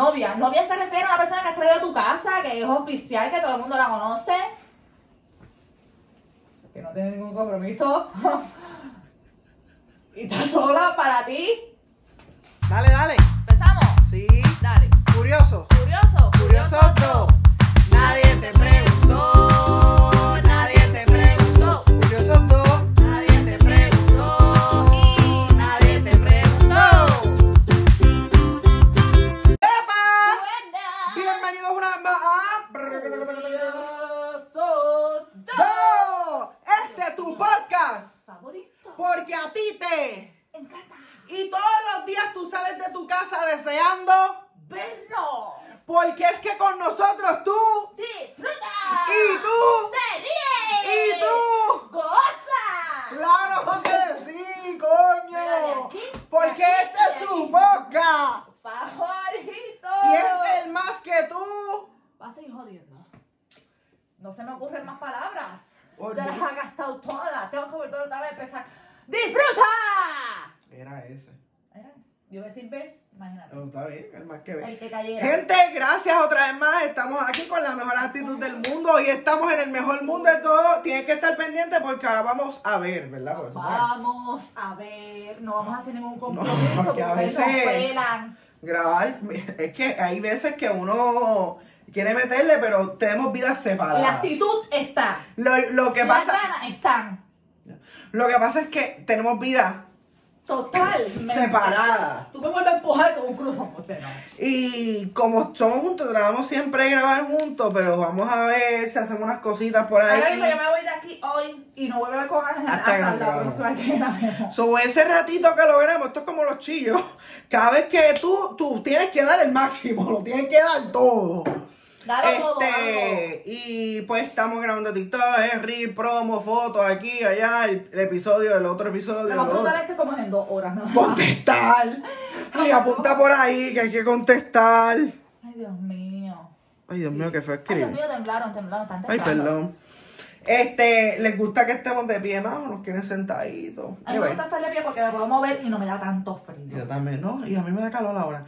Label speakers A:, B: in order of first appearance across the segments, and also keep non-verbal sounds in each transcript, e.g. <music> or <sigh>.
A: novia. Novia se refiere a una persona que has traído a tu casa, que es oficial, que todo el mundo la conoce. Que no tiene ningún compromiso. <laughs> y está sola para ti.
B: Dale, dale.
A: Empezamos.
B: Sí.
A: Dale.
B: Curioso.
A: Curioso.
B: Curioso todo. Nadie te preguntó. Nadie te preguntó. Curioso todo. Nadie te preguntó. Nadie te preguntó. ¡Epa! Bienvenidos una vez más a
A: Curiosos
B: Dos. Este es tu podcast.
A: Favorito.
B: Porque a ti te.
A: Encanta.
B: Y todos los días tú sales de tu casa deseando.
A: Verlo.
B: Porque es que con nosotros tú.
A: Disfruta.
B: Y tú.
A: Te ríes.
B: Y tú.
A: Goza.
B: ¡Claro que sí,
A: Pero de
B: coño!
A: aquí, de aquí,
B: Porque este
A: de
B: es tu
A: aquí.
B: boca
A: Favorito.
B: y es el más que tú.
A: Va a seguir jodiendo. No se me ocurren más palabras.
B: Oye.
A: Ya las ha gastado todas. Tengo que volver otra vez a empezar. ¡Disfruta!
B: Era ese. Oh,
A: Era- Yo iba a decir ves, imagínate.
B: Está bien, el más que
A: El que cayera.
B: Gente, gracias otra vez más. Estamos aquí con la mejor actitud del mundo. Hoy estamos en el mejor mundo de todo. Tienes que estar pendiente porque ahora vamos a ver, ¿verdad? Porque eso fue-
A: Vamos a ver, no vamos a hacer ningún compromiso
B: porque a
A: porque, ustedes nos
B: veces-
A: pelan.
B: Grabar, es que hay veces que uno quiere meterle, pero tenemos vidas separadas.
A: La actitud está.
B: Lo, lo que
A: Las
B: pasa,
A: ganas están.
B: lo que pasa es que tenemos vidas
A: Total.
B: separadas.
A: Tú me vuelves a empujar con un cruzón. Usted no.
B: Y como somos juntos, tratamos siempre de grabar juntos, pero vamos a ver si hacemos unas cositas por
A: Ahora mismo yo
B: ahí.
A: me voy de aquí hoy y no vuelvo a ver con Ángel
B: Hasta
A: hasta,
B: que nos
A: la
B: grabemos.
A: próxima que grabemos.
B: So, ese ratito que logramos, esto es como los chillos. Cada vez que tú, tú tienes que dar el máximo, lo tienes que dar todo.
A: Dalo todo, dalo
B: Este, y pues estamos grabando TikTok, es reel, promo, fotos, aquí, allá, el, el episodio, el otro episodio.
A: todo. Lo
B: el
A: más
B: otro.
A: brutal es que como es en dos horas, ¿no?
B: Contestar. Ay, apunta por ahí que hay que contestar.
A: Ay, Dios mío.
B: Ay, Dios mío, que fue
A: Ay,
B: escribir.
A: Dios mío, temblaron, temblaron, están
B: Ay,
A: temblando.
B: perdón. Este, ¿les gusta que estemos de pie más o nos quieren sentaditos?
A: A mí me gusta estar de pie porque me puedo mover y no me da tanto frío.
B: Yo también, ¿no? Y a mí me da calor ahora.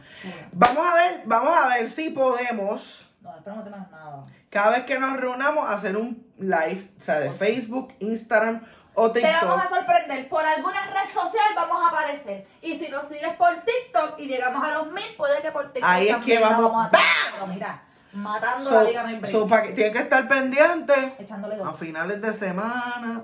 B: Vamos a ver, vamos a ver si podemos,
A: No, espero no te más nada.
B: cada vez que nos reunamos, hacer un live, o sea, de Facebook, Instagram o
A: Te vamos a
B: TikTok.
A: sorprender. Por alguna red social vamos a aparecer. Y si nos sigues por TikTok y llegamos a los mil, puede que por TikTok
B: Ahí es
A: también
B: que
A: la
B: vamos-
A: a tener. Pero mira, matando la liga no hay break.
B: para que, tienen que estar pendientes
A: Echándole
B: a
A: dos.
B: finales de semana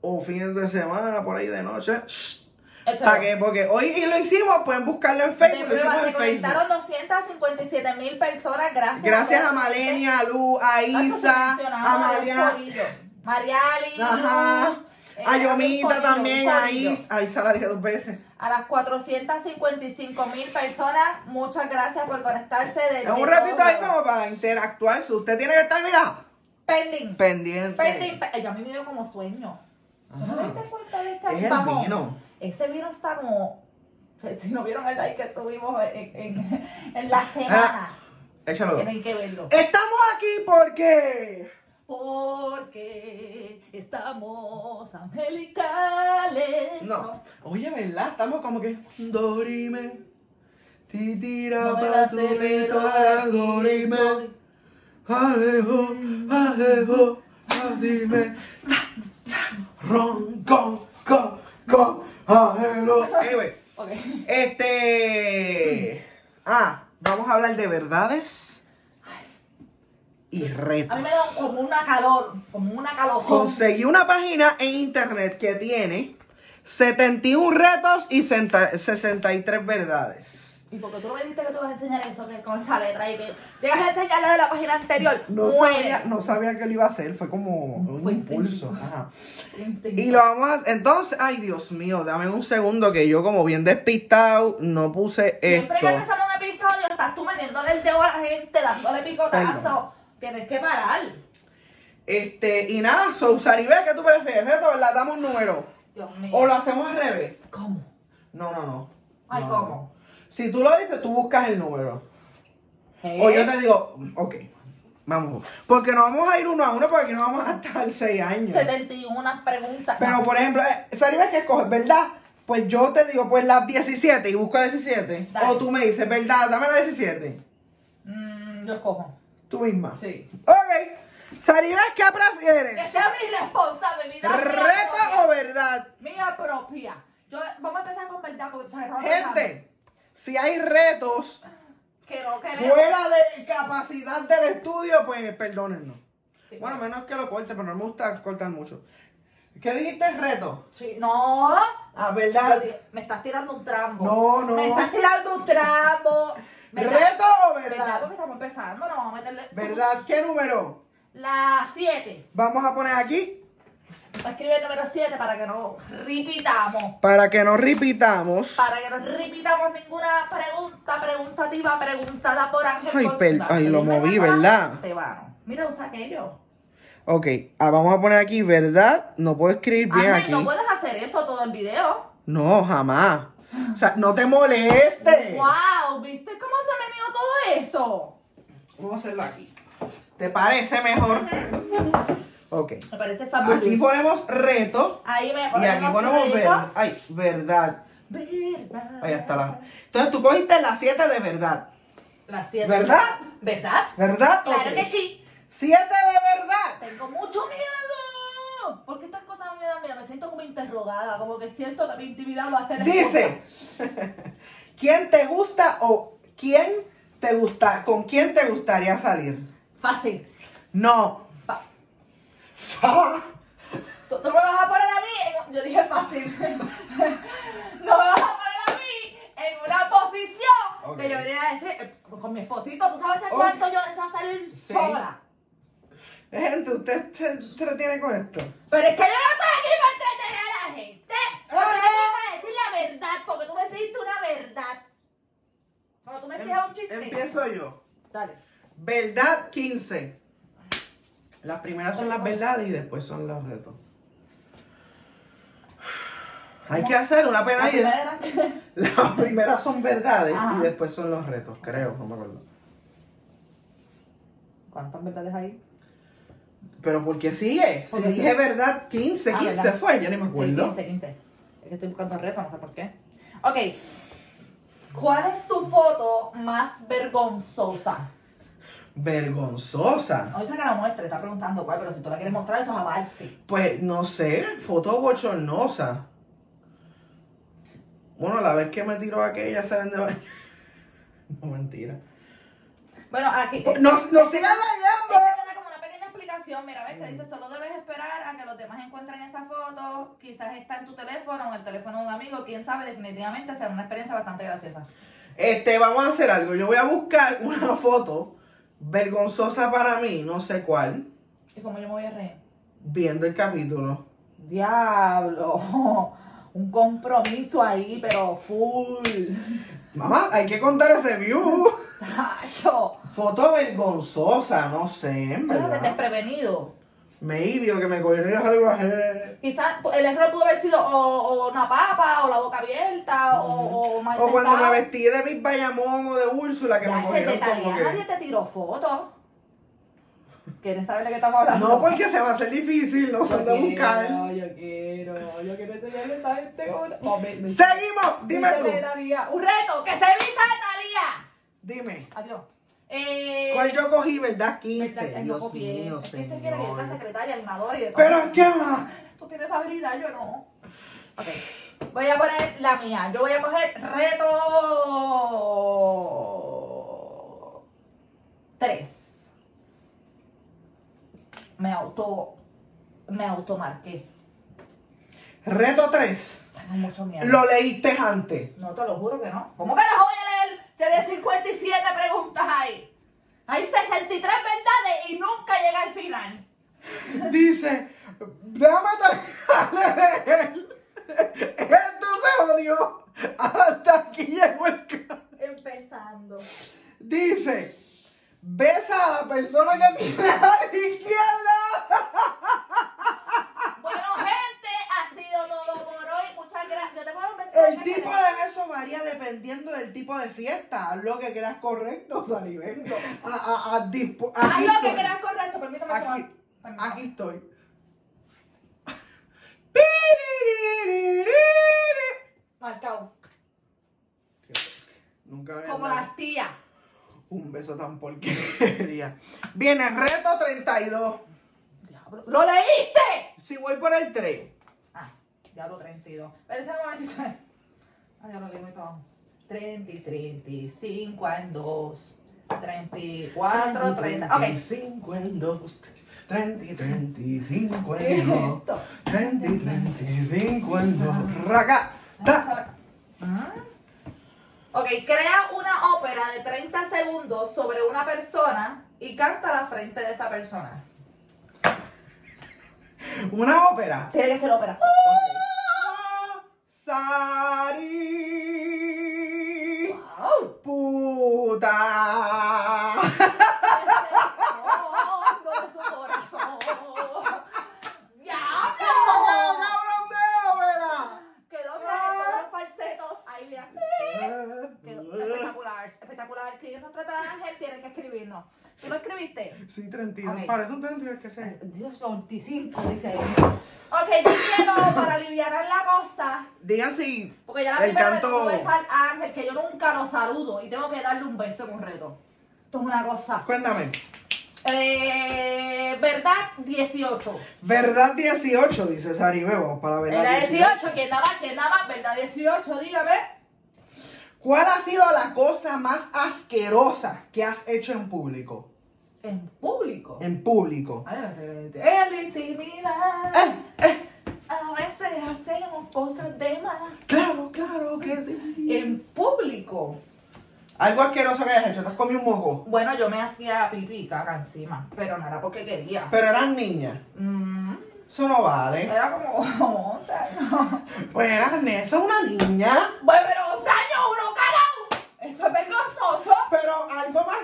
B: o fines de semana, por ahí de noche. Shh.
A: Échale.
B: ¿Para qué? Porque hoy y lo hicimos, pueden buscarlo en
A: De
B: Ah, Facebook. Lo
A: prueba,
B: hicimos
A: se
B: en Facebook.
A: conectaron 257 mil personas. Gracias.
B: Gracias a
A: todos Ah, ustedes.
B: Malenia, a Lu, a
A: Nacho, se
B: Isa,
A: mencionaba
B: a María,
A: los corillos. Mariali,
B: ajá,
A: Luz, eh,
B: a
A: corillo,
B: Yomita también,
A: un
B: a
A: corillo.
B: Isa, a Isa la dije dos veces.
A: A las 455 mil personas, muchas gracias por conectarse.
B: Es
A: Desde
B: un ratito
A: todo
B: ahí
A: lado.
B: como para interactuar, si usted tiene que estar, mira,
A: Pending.
B: pendiente.
A: Pending. pe- Ya a mí me dio como sueño. ¿No
B: Ajá.
A: te diste cuenta de esta?
B: Ah. Es el
A: Vamos.
B: vino.
A: Ese vino está como. <laughs> Si no vieron el like que subimos en, en- en la semana,
B: Ah, échalo.
A: tienen que verlo.
B: Estamos aquí porque
A: Porque estamos angelicales.
B: no. Oye, ¿verdad? Estamos como que dorime. Titira
A: No me
B: para
A: das
B: tu
A: de ver
B: rito
A: ahora mismo.
B: dorime. Alejo, alejo, dime. Cha, cha, Ron, con, con, con, alejo. Anyway,
A: Ok.
B: este. Ah, vamos a hablar de verdades y
A: A mí me
B: retos.
A: da como una calor, como una calozón.
B: Conseguí una página en internet que tiene 71 retos y 63 verdades.
A: Y porque tú no me dijiste que tú vas a enseñar eso que con esa letra y que llegas a enseñar la de la página anterior.
B: No
A: muere.
B: sabía, no sabía que lo iba a hacer, fue como un
A: Fue
B: impulso.
A: instinto.
B: Ajá.
A: Instinto.
B: Y lo vamos a... Entonces, ay Dios mío, dame un segundo que yo como bien despistado no puse
A: Siempre
B: esto.
A: que empezamos un episodio, estás tú metiéndole el dedo a la gente, dándole picotazo.
B: Perdón.
A: Tienes que parar.
B: Este, y nada, so, Saribé, ¿qué tú prefieres? ¿Reto, verdad? Dame un número.
A: Dios mío.
B: ¿O lo hacemos al revés?
A: ¿Cómo?
B: No, no, no.
A: Ay,
B: No,
A: ¿cómo?
B: no. Si tú lo viste, tú buscas el número.
A: ¿Eh?
B: O yo te digo, ok, vamos. Porque no vamos a ir uno a uno porque aquí no vamos a estar seis años.
A: 71 preguntas.
B: Pero, por ejemplo, eh, Saribé, ¿qué escoges? ¿Verdad? Pues yo te digo, pues las 17 y busco 17.
A: Dale.
B: O tú me dices, ¿verdad? Dame la 17. pues-
A: Mm, yo escojo.
B: Tú misma.
A: Sí.
B: Ok. Saribel, ¿qué
A: Que
B: prefieres?
A: sea mi responsabilidad. mía
B: ¿Reto o
A: propia.
B: verdad?
A: Mía propia. Yo, vamos a empezar con verdad porque tú sabes, vamos a empezar.
B: Gente, si hay retos
A: Que no queremos.
B: fuera de capacidad del estudio, pues perdónennos.
A: Sí.
B: Bueno, menos que lo corte, pero no me gusta cortar mucho. ¿Qué dijiste reto?
A: Sí, no.
B: Ah, verdad.
A: Me estás tirando un trambo.
B: No, no.
A: Me estás tirando un trambo. Me estás-
B: ¿Reto o
A: Verdad,
B: verdad?
A: porque estamos empezando, no vamos a meterle.
B: ¿Verdad? ¿Qué número?
A: La 7.
B: Vamos a poner aquí
A: Escribe el número 7 para que no repitamos.
B: para que no repitamos.
A: Para que no repitamos ninguna pregunta preguntativa preguntada por Ángel.
B: Ay,
A: Cortúa.
B: per- ay, lo
A: Dime,
B: moví,
A: ¿verdad?
B: ¿verdad?
A: Te van. Mira, usa aquello.
B: Ok, ah, vamos a poner aquí verdad. No puedo escribir bien
A: Ángel,
B: aquí.
A: no puedes hacer eso todo el video.
B: No, jamás. O sea, no te molestes.
A: ¡Wow! ¿Viste cómo se me dio todo eso?
B: Vamos a hacerlo aquí. ¿Te parece mejor? Ok.
A: Me parece fabuloso.
B: Aquí ponemos reto.
A: Ahí me
B: Y aquí ponemos verdad.
A: verdad.
B: Ay, verdad.
A: Verdad.
B: Ahí está la. Entonces tú cogiste la 7 de verdad.
A: La 7.
B: ¿Verdad?
A: ¿Verdad?
B: ¿Verdad?
A: Claro
B: Ok.
A: que sí.
B: 7 de verdad.
A: Tengo mucho miedo. Porque estas cosas a mí me dan miedo. Me siento como interrogada. Como que siento que mi intimidad va a ser.
B: Dice, ¿quién te gusta o quién te gusta, con quién te gustaría salir?
A: Fácil.
B: No. <laughs>
A: Fa-
B: Fa.
A: ¿Tú, tú me vas a poner a mí. en- Yo dije fácil. <laughs> no me vas a poner a mí en una posición.
B: Ok.
A: Que yo venía a decir. eh, Con mi esposito. ¿Tú sabes en
B: Ok.
A: cuánto yo deseo salir
B: Sí.
A: sola?
B: Gente, usted se entretiene con esto.
A: Pero es que yo no estoy aquí para entretener a la gente. Yo estoy aquí para decir la verdad, porque tú me dijiste una verdad. Cuando tú me decías un chiste.
B: Em, Empiezo yo.
A: Dale.
B: Verdad 15. Las primeras son las verdades y después son los retos. Hay que hacer una
A: La
B: penalidad.
A: primera.
B: Las primeras son verdades
A: Ajá.
B: y después son los retos, creo, no me acuerdo.
A: ¿Cuántas verdades hay?
B: Pero porque sigue. Si
A: Porque
B: dije
A: sigue.
B: verdad 15,
A: Ah,
B: 15
A: verdad.
B: fue, yo ni me
A: Sí,
B: acuerdo.
A: 15, 15. Es que estoy buscando reto, no sé por qué. Ok. ¿Cuál es tu foto más vergonzosa?
B: Vergonzosa.
A: No dice que la muestre, está preguntando cuál, pero si tú la quieres mostrar, eso es aparte.
B: Pues no sé, foto bochornosa. Bueno, la vez que me tiró aquella salen de baño. <laughs> No, mentira.
A: Bueno, aquí.
B: ¡Nos, nos sigan
A: Esta
B: layando!
A: te da como una pequeña explicación, mira, ves que dice, solo debes esperar a que los demás encuentren esa foto, quizás está en tu teléfono o en el teléfono de un amigo, quién sabe, definitivamente será una experiencia bastante graciosa.
B: Este, vamos a hacer algo. Yo voy a buscar una foto vergonzosa para mí, no sé cuál,
A: ¿Y cómo yo me voy a reír?
B: viendo el capítulo.
A: Diablo, <laughs> un compromiso ahí, pero full.
B: Mamá, hay que contar ese view.
A: Chacho,
B: Foto vergonzosa, no sé, en
A: pero te
B: verdad.
A: desprevenido.
B: Maybe, o que me cogió el salvaje.
A: Quizás el error pudo haber sido o, o una papa, o la boca abierta, o, o mal
B: O cuando me
A: sentado.
B: vestí de Big Bayamón o de Úrsula, que me
A: Ya, che, te
B: cogieron como
A: taguea, nadie
B: que...
A: te tiró fotos. ¿Quieren saber de qué estamos hablando? <laughs>
B: No, porque se va a hacer difícil, no son de buscar.
A: yo quiero, yo quiero enseñarle a esta gente ahora. Oh, me- me-
B: Seguimos, dime
A: Viste
B: tú.
A: de Talía. Un reto, que se vista de Talía.
B: Dime,
A: Adiós. Eh,
B: ¿cuál yo cogí, verdad?
A: verdad,
B: 15.
A: yo
B: Dios
A: copié.
B: mío,
A: es que usted quiere que yo sea
B: señor.
A: secretaria, animadora y de todo.
B: Pero es que... ah,
A: Tú tienes habilidad, yo no. Ok. Voy a poner la mía. Yo voy a coger reto. 3. Me auto. Me automarqué.
B: Reto 3.
A: Tengo mucho miedo.
B: Lo leíste antes.
A: No, te lo juro que no. ¿Cómo que las voy a leer? Se ve 57 preguntas ahí. Hay 63 verdades y nunca llega al final.
B: Dice, déjame terminar de leer. Esto se jodió. Hasta aquí llegó el ca-
A: Empezando.
B: Dice, besa a la persona que tiene a la izquierda.
A: Bueno, gente, ha sido todo por hoy. Muchas gracias. Yo te puedo dar un beso.
B: El tipo de beso varía dependiendo del tipo de fiesta. Haz lo que creas correcto, Salibel. A, a, a dispo-
A: Haz
B: aquí
A: lo que
B: estoy.
A: quieras correcto. Permítame
B: Aquí-
A: tomar- Permítame.
B: Aquí estoy. Piririririri.
A: Marcado.
B: Nunca había
A: Como
B: andado.
A: las tías.
B: Un beso tan porquería. Viene reto 32.
A: Diablo. ¡Lo leíste!
B: Si voy por el 3.
A: Ah, diablo 32. Pero ese momentito. Ah, diablo, leí muy para abajo. 30 y 35 en 2. 34, 30. Ok.
C: 35 en 2. 30 y 35
A: ¿Qué es
C: en 2.
A: esto?
C: 30 y 35 en 2.
B: Raca.
A: Vamos a ver. Ah.
B: ¿Mm?
A: Ok, crea una ópera de 30 segundos sobre una persona y canta la frente de esa persona.
B: Una ópera.
A: Tiene que ser <laughs> ópera.
B: Sari.
A: ¡Wow!
B: Puta.
A: Fondo de su corazón. ¡Diablo!
B: ¡Cabrón de ópera!
A: Que doble todos los falsetos. Ahí mira. Quedó espectacular, espectacular. Que nos trata de Ángel, tiene que escribirnos. ¿Tú lo escribiste?
B: Sí, 32.
A: Ok.
B: Parece un 32 que sea.
D: Dios, 25, dice él.
A: Ok, yo quiero para aliviar la cosa.
B: Digan si.
A: Porque ya la
B: El
A: primera
B: canto-
A: vez que tuve a Ángel, que yo nunca lo saludo y tengo que darle un beso con reto. Esto es una cosa.
B: Cuéntame.
A: Eh, ¿Verdad? 18.
B: Verdad 18, dice Sari. Vemos para verdad,
A: ¿Verdad 18? ¿Quién da más? ¿Quién da más? ¿Verdad 18? Dígame.
B: ¿Cuál ha sido la cosa más asquerosa que has hecho en público?
A: En público.
B: En público.
A: A veces en la intimidad.
B: Eh,
A: A veces hacemos cosas de más.
B: Claro, claro que sí.
A: En público.
B: Algo asqueroso que hayas hecho. Te has comido un moco.
A: Bueno, yo me hacía pipí y caca encima, pero no era porque quería.
B: Pero eras niña.
A: Mm,
B: Eso no vale.
A: era como, como 11 años. <laughs>
B: Pues eras ne- eso es una niña.
A: Bueno, pero 11 años, uno carajo. Eso es vergonzoso.
B: Pero algo más.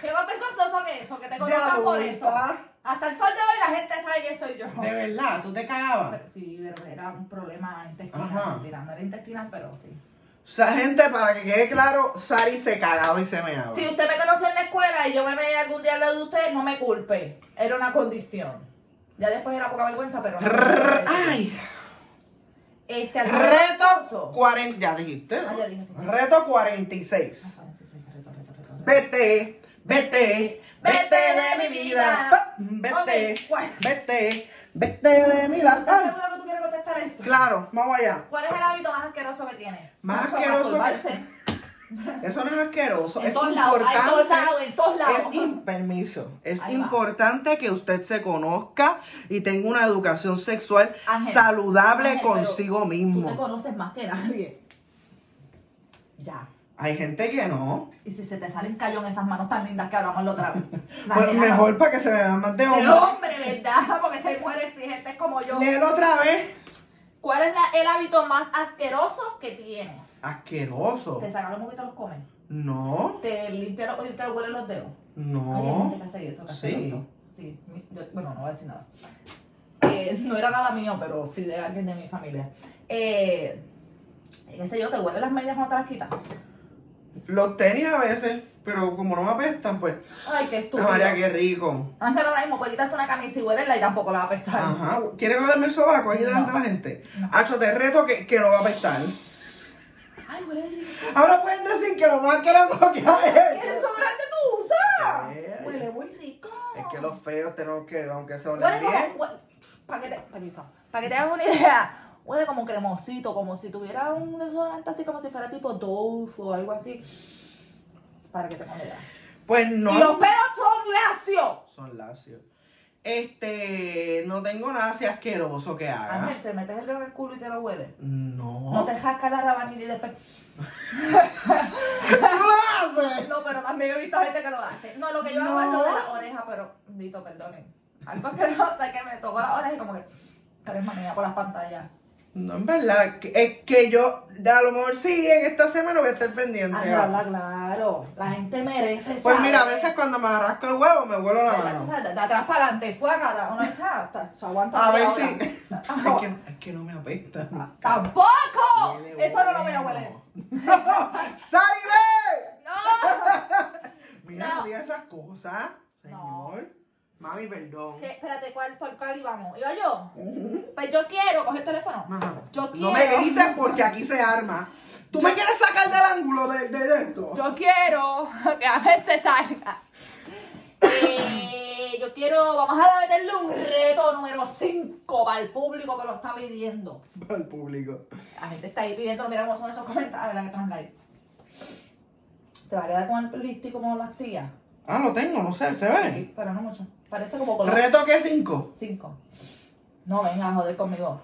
A: ¿Qué más vergonzoso que eso? Que te
B: De
A: conozcan por eso.
B: adulta.
A: Hasta el sol de hoy la gente sabe que soy yo.
B: De verdad, tú te cagabas.
A: Pero sí, pero era un problema intestinal.
B: Ajá.
A: Mira, no era intestinal, pero sí.
B: O sea, gente, para que quede claro, Sari se cagaba y se meaba.
A: Si usted me conoce en la escuela y yo me veía algún día al lado de usted, no me culpe. Era una condición. Ya después era poca vergüenza, pero no.
B: Rrr, Ay,
A: Este, algo
B: reto
A: vergonzoso.
B: 40, ya dijiste.
A: Ah, ya dije, sí.
B: Reto 46.
A: Ah, sí, sí, reto, reto, reto, reto.
B: Vete, vete, vete de mi vida. Pa- Vete,
A: Ok, ¿cuál?
B: vete, vete de mi
A: ¿Estás
B: vida.
A: seguro que tú quieres contestar esto?
B: Claro, vamos allá.
A: ¿Cuál es el hábito más asqueroso que tiene?
B: Más
A: Macho,
B: asqueroso que-
A: masturbarse.
B: Eso no es asqueroso,
A: En
B: es
A: todos lados,
B: importante.
A: en todos lados, en todos lados.
B: Es im- permiso, es
A: Ahí va.
B: importante que usted se conozca y tenga una educación sexual
A: Ángel,
B: saludable
A: Ángel, pero
B: consigo
A: Tú te
B: mismo.
A: conoces más que nadie. Ya.
B: Hay gente que no.
A: Y si se te salen cayón esas manos tan lindas que hablamos la otra vez. Las
B: Pues
A: de la-
B: mejor para que se vean más de
A: El
B: hombre.
A: hombre, ¿verdad? Porque si hay mujeres exigentes como yo.
B: Léelo otra vez.
A: ¿Cuál es la- el hábito más asqueroso que tienes?
B: Asqueroso.
A: Te sacan los moquitos, los comen.
B: No,
A: Te limpian los oídos, te huelen los dedos. Ay, hay gente
B: no.
A: que hace eso, que hace
B: Sí.
A: eso. Sí. mi- yo- bueno, no voy a decir nada. Eh, no era nada mío, pero sí de alguien de mi familia. Eh, qué sé yo, te huelen las medias cuando te las quitas.
B: Los tenis a veces, pero como no me apestan, pues.
A: Ay, qué
B: Ah,
A: estúpido.
B: María, qué rico.
A: Ángel ahora mismo puede quitarse una camisa y huelerla y tampoco la va a apestar.
B: Ajá. ¿Quieres comerme el sobaco ahí
A: No.
B: delante de la gente?
A: No.
B: Hacho, te reto que, que no va a apestar.
A: Ay, huele rico.
B: Ahora pueden decir que lo más asqueroso que ha
A: ¿Qué
B: hecho.
A: desodorante tú usas?
B: Eh.
A: Huele muy rico.
B: Es que los feos tenemos que, aunque se
A: Huele
B: onen bien.
A: como. Para que, te, permiso, pa' que te hagas una idea, huele como cremosito, como si tuviera un desodorante así, como si fuera tipo Dove o algo así. Para que te pongas.
B: Pues
A: Y los
B: no.
A: pedos son lacios.
B: Son lacios. Este, no tengo nada así asqueroso que haga.
A: Ángel, te metes el dedo en el culo y te lo huele. No
B: No.
A: te jascas la rabanita y después.
B: <laughs> ¿Qué tú lo haces?
A: No, pero también he visto gente que lo hace. No, lo que yo hago es lo de la oreja, pero, Dito, perdonen. Algo que no sé, que me toco la oreja y como que. Eres manía por las pantallas.
B: No, en verdad, que- es que yo, a lo mejor sí, en esta semana voy a estar pendiente.
A: Habla, claro. La gente merece
B: Pues
A: saber.
B: mira, a veces cuando me arrasco el huevo me vuelo la
A: ¿Verdad? Tú
B: mano.
A: sabes, De de atrás para adelante, fue acá, una vez, ah, ta- se aguanta
B: A ver
A: media
B: si.
A: hora.
B: <laughs> Es que, es que no me apesta. <laughs>
A: ¡Tampoco!
B: Huele
A: Ah, Eso no lo voy a
B: bueno. <laughs>
A: hueler.
B: ¡Saliré!
A: ¡No!
B: Mira, no,
A: No.
B: digas esas cosas, señor. Mami, perdón.
A: ¿Qué? Espérate, ¿cuál, ¿por cuál íbamos? ¿Iba yo? Pues yo quiero, coge el teléfono.
B: Ajá.
A: Yo
B: No me
A: quiero.
B: griten porque aquí se arma. ¿Tú me quieres sacar del ángulo de, de esto?
A: Yo quiero <laughs> que a veces salga. Eh, yo quiero, vamos a meterle un reto número 5 para el público que lo está pidiendo.
B: Al público.
A: La gente está ahí pidiendo, mira cómo son esos comentarios, la que están live. ¿Te va a quedar con el listi como las tías?
B: Ah, lo tengo, no sé, se ve.
A: Sí, pero no mucho. Parece como color
B: Reto que 5.
A: 5. No venga a joder conmigo.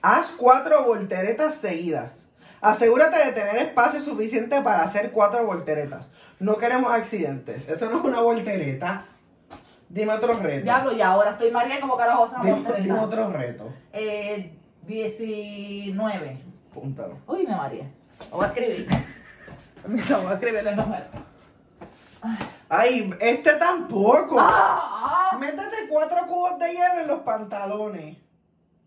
B: Haz cuatro volteretas seguidas. Asegúrate de tener espacio suficiente para hacer cuatro volteretas. No queremos accidentes. Eso no es una voltereta. Dime otro reto.
A: Diablo, y ahora estoy María como carajo otra
B: dime,
A: voltereta.
B: dime otro reto.
A: Eh, 19.
B: Púntalo.
A: Uy, me mareé. Lo voy a
B: <laughs>
A: escribir. Permiso, voy a escribir el número.
B: Ay, este tampoco.
A: ¡Ah!
B: Métete cuatro cubos de hielo en los pantalones.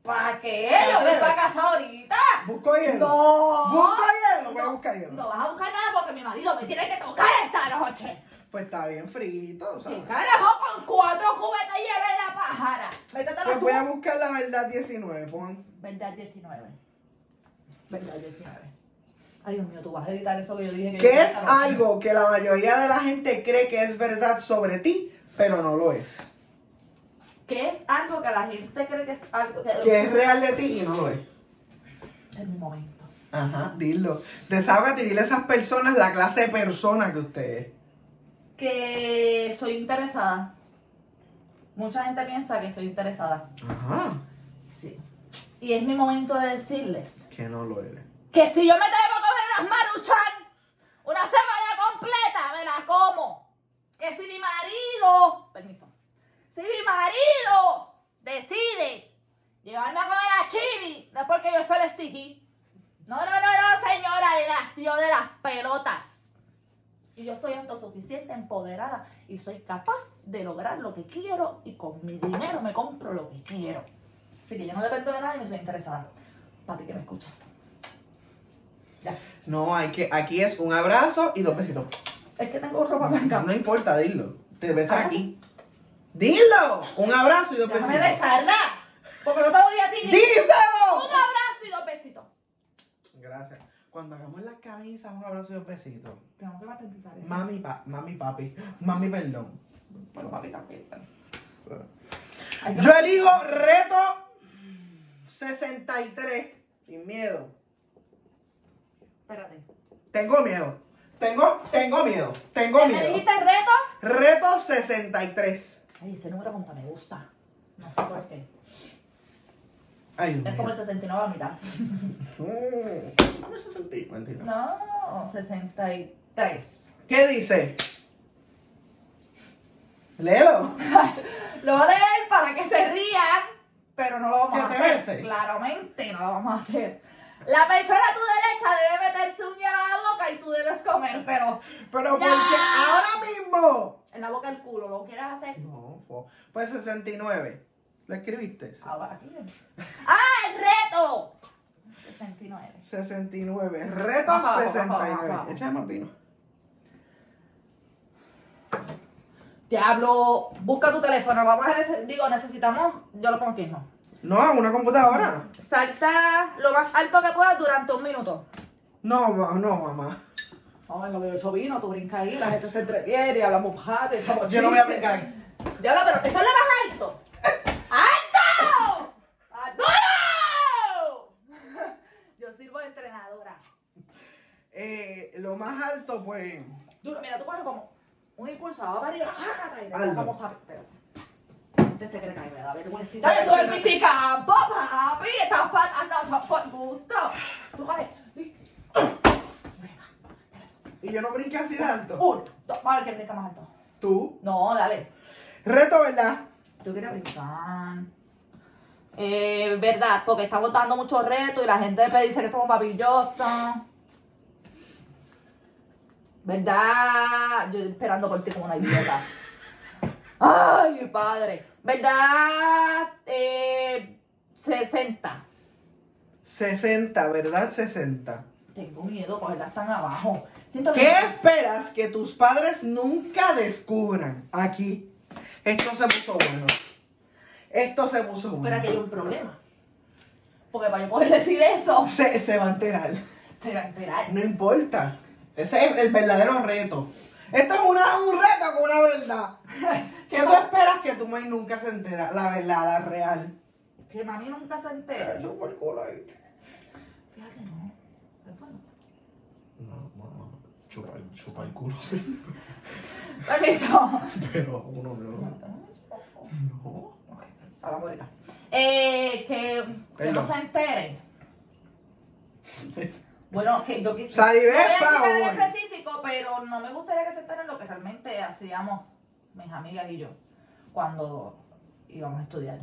A: ¿Para qué? Yo me voy a casa ahorita.
B: Busco hielo.
A: No.
B: Busca hielo. Voy a buscar hielo.
A: No vas a buscar nada porque mi marido me tiene que tocar esta noche.
B: Pues está bien frito,
A: ¿Qué
B: ¿sabes?
A: carajo con cuatro cubetas de hielo en la pájara? Métete a
B: Pues
A: la
B: voy a buscar la verdad 19, pon.
A: Verdad 19. Verdad 19. Ay, Dios mío, tú vas a editar eso que yo dije que yo
B: Que
A: iba a
B: es
A: editar hoy.
B: algo que la mayoría de la gente cree que es verdad sobre ti, pero no lo es.
A: Que es algo que la gente cree que es algo. Que,
B: Que es real de ti y no lo es.
A: En un momento.
B: Ajá, dilo. Desahógate y dile a esas personas la clase de persona que usted es.
A: Que soy interesada. Mucha gente piensa que soy interesada.
B: Ajá,
A: Sí. Y es mi momento de decirles
B: que no lo eres.
A: que si yo me tengo que comer unas maruchan una semana completa, me las como. Que si mi marido, permiso, si mi marido decide llevarme a comer a Chili, no es porque yo se lo exigí. No, no, no, no, señora, le nació de las pelotas. Y yo soy autosuficiente, empoderada y soy capaz de lograr lo que quiero y con mi dinero me compro lo que quiero. Así que yo no dependo de nadie, me soy interesada. Pati, que me escuchas. Ya.
B: No, hay que, aquí es un abrazo y dos besitos.
A: Es que tengo ropa blanca.
B: No importa, dilo. Te besas
A: Ah.
B: aquí. ¡Dilo! Un abrazo y dos
A: Déjame
B: besitos.
A: besarla. Porque no te voy a ti. Un
B: ¡Díselo!
A: abrazo y dos besitos.
B: Gracias. Cuando hagamos las camisas, un abrazo y dos besitos.
A: Tengo que maternizar eso.
B: Mami, pa- mami, papi. Mami, perdón.
A: Bueno, papi, también. pero- Hay que-
B: Yo elijo reto 63. Sin miedo.
A: Espérate.
B: Tengo miedo. Tengo, tengo miedo. Tengo
A: ¿Ya me
B: miedo.
A: dijiste el reto?
B: Reto 63.
A: Ay, ese número como que me gusta. No sé por qué.
B: Ay, Dios
A: Es como
B: mío.
A: el 69 a la mitad.
B: Mm, dame 60. Mentira.
A: No, 63.
B: ¿Qué dice? Léelo.
A: Lo voy a leer para que se rían, pero no lo vamos
B: ¿Qué
A: a
B: te
A: hacer.
B: parece?
A: Claramente no lo vamos a hacer. La persona a tu derecha debe meterse un hielo a la boca y tú debes comértelo.
B: Pero porque
A: No.
B: ahora mismo.
A: En la boca el culo, ¿lo quieres hacer?
B: No, po. pues 69. ¿Lo escribiste?
A: Ahora aquí. ¡Ah, el reto! 69.
B: 69. Reto
A: Baja, baja,
B: 69.
A: baja, baja.
B: Échame más vino.
A: Diablo, busca tu teléfono. Vamos a nece- digo, necesitamos. Yo lo pongo aquí, no.
B: No, una computadora.
A: Salta lo más alto que puedas durante un minuto.
B: No, ma- no, mamá.
A: Vamos, lo que yo vino, tú brincas ahí, <laughs> la gente se entretiene y hablamos jato y echamos
B: Yo no voy a
A: chistes.
B: aplicar.
A: Diablo, pero eso es lo más alto. <laughs> ¡Alto! ¡Duro! <laughs> Yo sirvo de entrenadora.
B: Eh, lo más alto, pues.
A: Duro, mira, tú coges como un impulso, va para arriba, ¡jácata! y te
B: Hazlo.
A: vamos a... Espérate. Este se cree que me da vergüencita. ¡Esto es pisticampo, papi! Estas patas no son por gusto. Tú coges... y-
B: Y yo no brinqué así de alto.
A: Uno, dos, vamos a ver quién brinca más alto.
B: Tú.
A: No, dale.
B: Reto, ¿verdad?
A: Yo quiero brincar. Eh, verdad, porque estamos dando muchos retos y la gente me dice que somos maravillosos. ¿Verdad? Yo esperando por ti como una idiota. Ay, mi padre. ¿Verdad? Eh, 60.
B: 60, ¿verdad? 60.
A: Tengo miedo, cogerlas tan abajo. Siento que-
B: ¿Qué esperas que tus padres nunca descubran? Aquí. Esto se puso bueno. Esto se puso bueno.
A: Pero aquí hay un problema. Porque para yo poder decir eso,
B: Se, se va a enterar.
A: se va a enterar.
B: No importa. Ese es el verdadero reto. Esto es una- un reto con una verdad. Que tú esperas que tu mãe nunca se entera. La verdad, la real.
A: Que mami nunca se entera.
B: Cacho por culo ahí.
A: Fíjate, no. Pero bueno.
C: No, bueno, chupar, chupar el culo, sí. <laughs>
A: Permiso.
C: Pero uno no. No.
A: Ok, A la vuelta. Eh, que, que no
B: Perdón.
A: se enteren. Bueno, que yo quisiera.
B: Salí,
A: No voy a
B: ven,
A: decir nada en
B: pavo.
A: específico, pero no me gustaría que se enteren lo que realmente hacíamos mis amigas y yo cuando íbamos a estudiar.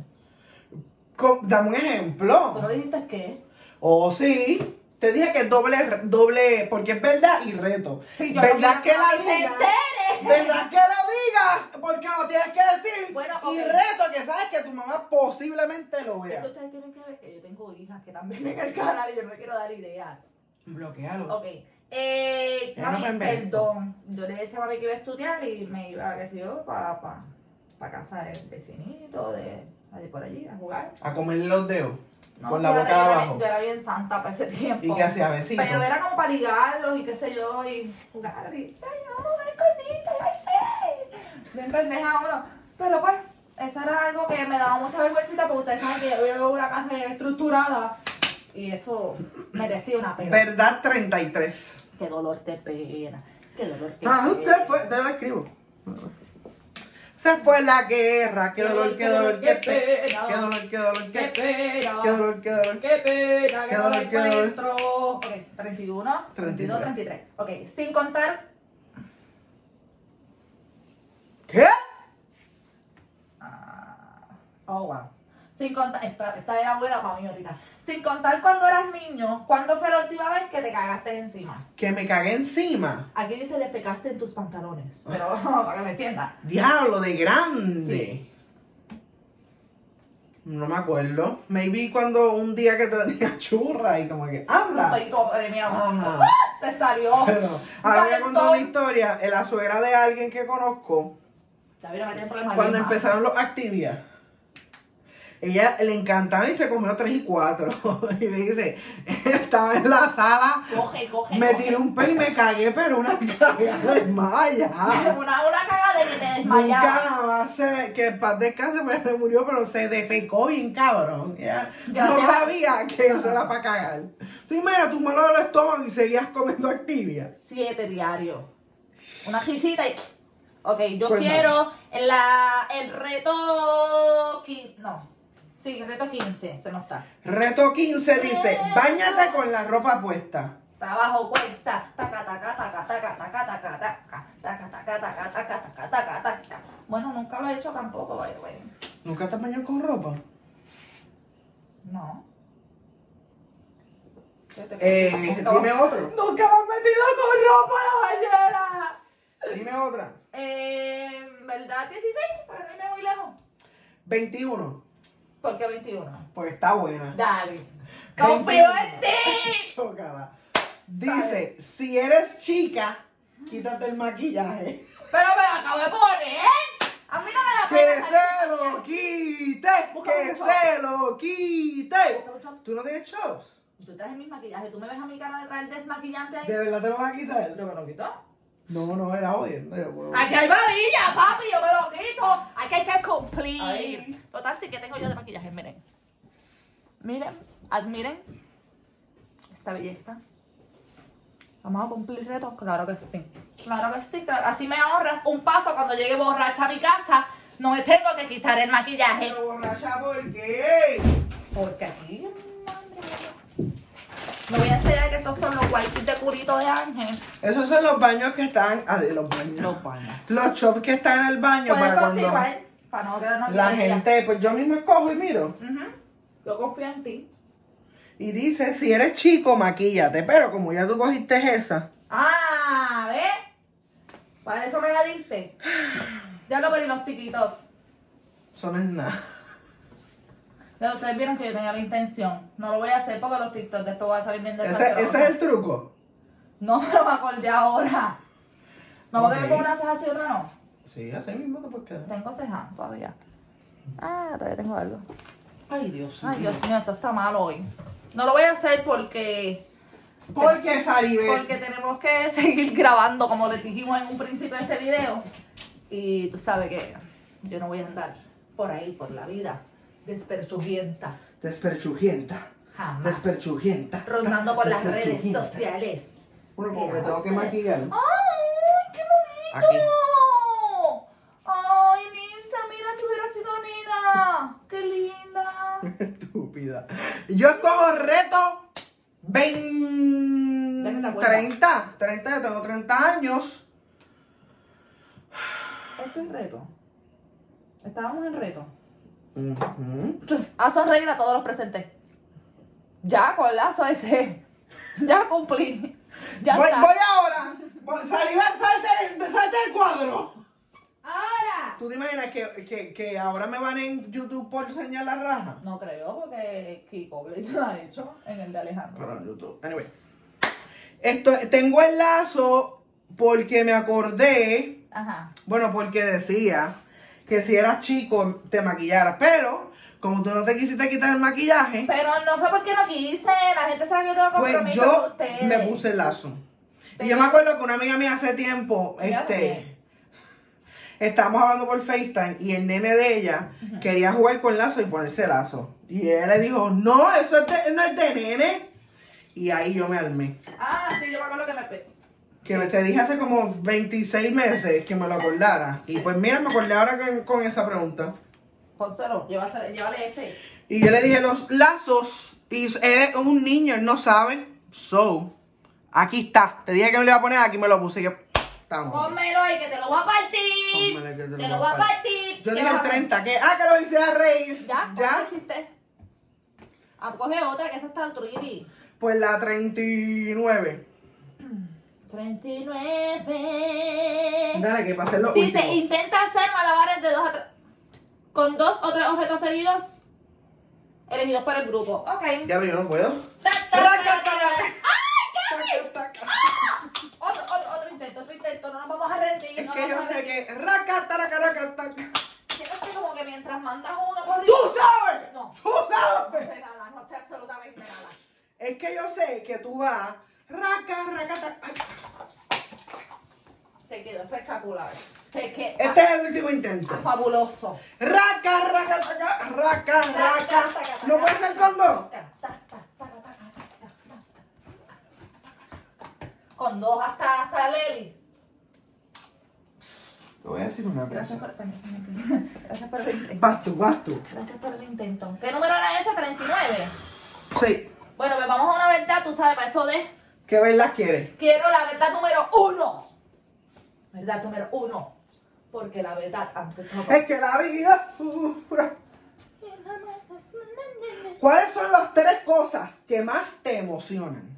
B: Com- Dame un
A: ¿Tú no
B: ejemplo.
A: dijiste qué?
B: Oh, sí. Te dije que es doble, re- doble, porque es verdad y reto.
A: Sí, yo
B: ¿Verdad
A: no quiero
B: que la
A: que se
B: digas?
A: entere.
B: ¿Verdad que la digas? Porque lo tienes que decir.
A: Bueno, ok.
B: Y reto que sabes que tu mamá posiblemente lo
A: Es que
B: vea.
A: ustedes tienen que ver que yo tengo hijas que también ven el canal y yo no quiero dar ideas.
B: Bloquealo.
A: Ok. Eh,
B: Ya no
A: mami,
B: me invento.
A: perdón. Yo le decía a mami que iba a estudiar y me iba, qué sé yo, para pa, pa casa del vecinito, de, de por allí, a jugar.
B: A comerle los dedos.
A: No,
B: Con la
A: fíjate,
B: boca
A: yo era-
B: abajo.
A: Yo era bien santa para ese tiempo.
B: Y que hacía besito.
A: Pero era como para ligarlos y qué sé yo, y jugar. Y, ay, vamos a jugar escondite, ay, sí. Bien pendeja uno. Pero pues, eso era algo que me daba mucha vergüencita porque ustedes saben que yo vivo en una casa bien estructurada. Y eso merecía una pena.
B: Verdad 33.
A: Qué dolor te pena. Qué dolor te
B: Ah, usted fue, te lo escribo. Se fue la guerra, qué dolor, qué dolor, qué pe-
A: pena.
B: Qué dolor, qué
A: Qué
B: dolor, qué pe-
A: pena.
B: Qué dolor, qué dolor.
A: Qué pena. Qué
B: Qué
A: dolor
B: dolor, qué dolor.
A: encuentro. Ok, 31, 32, 33. Ok, sin contar.
B: ¿Qué?
A: Oh, wow. Sin contar. Esta, esta era buena para mí ahorita. Sin contar cuando eras niño. ¿Cuándo fue la última vez que te cagaste encima?
B: Que me cagué encima.
A: Aquí dice defecaste en tus pantalones. Pero <laughs> para que me entiendas.
B: Diablo, de grande.
A: Sí.
B: No me acuerdo. Maybe cuando un día que <laughs> tenía churra y como que,
A: Estoy
B: anda.
A: todo premiado.
B: Ajá.
A: Se salió.
B: Pero Ah. ahora voy a contar una
A: Valentón.
B: historia. Eh, La suegra de alguien que conozco,
A: Ya viene a meter problemas.
B: cuando
A: Lima.
B: empezaron los actividades, ella le encantaba y se comió tres y cuatro. <laughs> y le dice, estaba en la sala,
A: Coge, coge.
B: me
A: coge.
B: tiré un pe y me cagué, pero una <laughs> cagada
A: <laughs>
B: de malla.
A: Una, una cagada de que te
B: Nunca
A: desmayabas.
B: jamás se me- que en paz descanse pues, se murió, pero se defecó bien cabrón. Ella
A: Ya
B: no
A: sea-
B: sabía que eso era para cagar. Tú imaginas, tú malo del estómago y seguías comiendo actividades.
A: Siete diarios. Una risita y. Ok, yo
B: Pues
A: quiero la, el reto. qui- No. Sí, el reto 15. Se nos está.
B: Reto 15 dice, bañate con la ropa puesta.
A: Trabajo cuesta. Taca, taca, taca, taca, taca, taca, taca. Taca, taca, taca, taca, taca, taca, taca. Bueno, nunca lo he hecho tampoco, by the way.
B: ¿Nunca te has bañado con ropa?
A: No. Yo te-
B: Eh,
A: Nunca-
B: dime otro.
A: Nunca me has metido con ropa en la bañera.
B: Dime otra.
A: Eh, ¿Verdad 16? Para no irme muy lejos.
B: 21.
A: ¿Por qué 21?
B: Pues está buena.
A: Dale. Confío en
B: 21.
A: ti.
B: Chócala. Dice, si eres chica, quítate el maquillaje.
A: Pero me lo acabo de poner. A mí no me da
B: Que
A: pena.
B: se lo quite.
A: Busca
B: Que
A: un chop.
B: se lo quite.
A: Busca un chop.
B: ¿Tú no tienes chops?
A: Yo traje mi maquillaje. ¿Tú me ves a mi cara de traer desmaquillante ahí?
B: ¿De verdad te lo vas a quitar?
A: Yo me lo quito.
B: No, no, era jodiendo. yo, huevo.
A: Aquí hay babilla, papi. Yo me lo quito. Aquí hay que cumplir.
B: Ahí.
A: Total, sí que tengo yo de maquillaje. Miren. Miren. Admiren. Esta belleza. Vamos a cumplir retos, claro que sí. Claro que sí, claro. así me ahorras un paso cuando llegue borracha a mi casa. No me tengo que quitar el maquillaje.
B: Pero borracha, ¿por qué?
A: Porque aquí, madre mía. No voy a enseñar que estos son los whiteys de curito de Ángel.
B: Esos son los baños que están... Ah, de los baños. Los
A: baños.
B: chops que están en el baño
A: Puedes
B: para cuando...
A: continuar para no quedarnos
B: La
A: aquí ya.
B: gente, pues yo mismo escojo y miro.
A: Ujú. Yo confío en ti.
B: Y dice, si eres chico, maquíllate. Pero como ya tú cogiste esa,
A: Ah, ¿ves? Para eso me la diste. Ya lo perdí los tiquitos.
B: eso no es nada.
A: Ya Ustedes vieron que yo tenía la intención. No lo voy a hacer porque los TikToks después voy a salir bien
B: Ese,
A: desastrosa.
B: ese es el truco.
A: No me lo acordé ahora. No, porque
B: Ok.
A: me pongo una ceja así otra no.
B: Sí, así mismo te puedes quedar.
A: Tengo ceja todavía. Ah, todavía tengo algo.
B: Ay, Dios
A: Ay, Dios mío, esto está mal hoy. No lo voy a hacer porque
B: Porque Saribel.
A: Porque tenemos que <laughs> seguir grabando, como les dijimos en un principio de este video. Y tú sabes que yo no voy a andar por ahí, por la vida, desperchugienta.
B: Desperchugienta.
A: Jamás.
B: Desperchugienta.
A: Rondando por las redes
B: Desperchugienta.
A: sociales.
B: Bueno, como me tengo que maquillar.
A: ¡Ay, qué bonito!
B: Aquí.
A: ¡Ay, Nimsa, mira si hubiera sido Nina! ¡Qué
B: <laughs>
A: linda!
B: Estúpida. Yo escojo reto 20,
A: Dale la vuelta.
B: 30, 30, yo tengo 30 años.
A: Esto es reto. Estábamos en reto.
B: Ujú.
A: A sonreír a Ah, todos los presentes. Ya, con lazo ese. <laughs> Ya cumplí. Ya
B: Voy,
A: está.
B: voy ahora. Voy- Saribel, salte, salte del cuadro.
D: ¡Ahora!
B: ¿Tú te imaginas que, que, que ahora me van en YouTube por señalar la raja?
A: No creo, porque Kiko Blade lo ha hecho en el de Alejandro.
B: Pero en YouTube. Anyway. Esto, tengo el lazo porque me acordé.
A: Ajá.
B: Bueno, porque decía que si eras chico te maquillaras, pero como tú no te quisiste quitar el maquillaje,
A: Pero no fue porque no quise. La gente sabe que yo tengo compromiso
B: pues
A: con
B: yo
A: ustedes.
B: me puse el lazo. Y yo
A: Tenía-
B: me acuerdo que una amiga mía hace tiempo,
A: Ella
B: este,
A: también.
B: estábamos hablando por FaceTime y el nene de ella quería jugar con lazo y ponerse lazo. Y ella le dijo, no, eso es de- no es de nene. Y ahí yo me armé.
A: Ah, sí, yo me acuerdo que me pe-
B: Que me- te dije hace como 26 meses que me lo acordara. Y pues mira, me acordé ahora con- con esa pregunta.
A: Pónselo, llévase- llévale ese.
B: Y yo le dije los lazos. Y él es un niño, él no sabe. So, aquí está. Te dije que me lo iba a poner, aquí me lo puse. y Yo, estamos.
A: Cómelo ahí, que te lo voy a partir.
B: Cómele que te lo
A: te
B: voy a
A: lo voy a
B: partir.
A: partir.
B: Yo
A: ¿Qué
B: dije
A: vas
B: el
A: a-
B: 30, que ah, que lo hice a reír.
A: Ya, ya. chiste. Ah, coge otra, que esa está al triri.
B: Pues la 39.
A: 39.
B: Dale, que para hacer lo
A: Dice,
B: último.
A: intenta hacer malabares de dos a tres- con dos o tres objetos seguidos elegidos por el grupo. Ok.
B: Ya, pero yo no puedo.
A: Ta, ta, ta, ta, ta. Ah,
B: Taca, taca.
A: Otro, otro, otro intento, otro intento. No nos vamos a rendir.
B: Es
A: no
B: que
A: nos
B: yo
A: vamos a
B: sé
A: rendir.
B: que. Raca, taraca, raca, taca.
A: Siento que como que mientras mandas uno por
B: ¡Tú sabes!
A: No.
B: ¡Tú
A: No
B: sabes!
A: sé nada, no sé absolutamente nada.
B: Es que yo sé que tú vas. Raca, raca, taca.
A: Te quedó espectacular. Te quedó
B: Este es el último intento.
A: fabuloso.
B: Raca, raca, taca, raca, raca. ¿No puede ser con dos?
A: Con dos hasta, hasta Leli.
B: Te voy a decir una
A: Gracias por, permiso, mi- gracias por el intento.
B: Vas tú, vas tú.
A: Gracias por el intento. ¿Qué número era ese? 39.
B: Sí.
A: Bueno, pues vamos a una verdad, tú sabes, para eso de...
B: ¿Qué verdad quieres?
A: Quiero la verdad número uno. Verdad número uno. Porque la verdad antes todo.
B: Es que la vida. ¿Cuáles son las tres cosas que más te emocionan?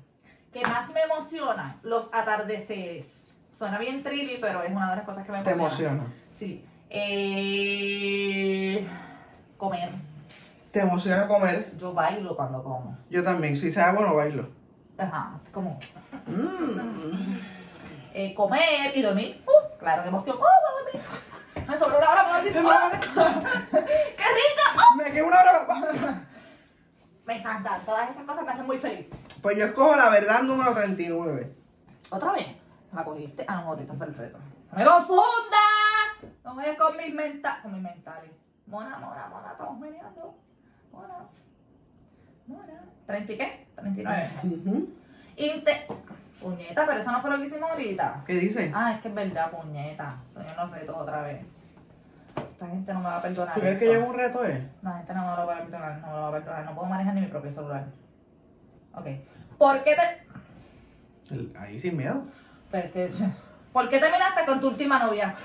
A: que más me emociona los atardeceres. Suena bien trilly, pero es una de las cosas que me
B: Te
A: emociona.
B: emociona.
A: Sí. Eh, comer.
B: Te emociona comer.
A: Yo bailo cuando como.
B: Yo también. Si sabe bueno, bailo.
A: Ajá, es como
B: Mm.
A: eh, comer y dormir. Uh, claro, qué emoción. Oh, voy a dormir. Me sobró una hora para dormir. Oh, ¡Qué rico! Oh.
B: Me quedo una hora. va.
A: Me encantan. Todas esas cosas me hacen muy feliz.
B: Pues yo escojo la verdad número 39.
A: ¿Otra vez? ¿La cogiste? Ah, no, te estás por el reto. ¡No ¡Me confunda! No me des con mis mentales. Con mis mentales. Mona, mona, mona, estamos meneando. Mona. Mona. ¿30 y qué? 39.
B: Eh. Ujú.
A: Inte. Puñeta, pero eso no fue lo que hicimos ahorita.
B: ¿Qué dice?
A: Ah, es que es verdad, puñeta. Estoy en los retos otra vez. Esta gente no me va a perdonar.
B: ¿Tú crees que
A: esto.
B: llevo un reto, eh?
A: No, esta no me lo va a perdonar, no me lo va a perdonar. No puedo manejar ni mi propio celular. Ok. ¿Por qué te.?
B: El- Ahí sin miedo.
A: Porque- <laughs> ¿Por qué terminaste con tu última novia?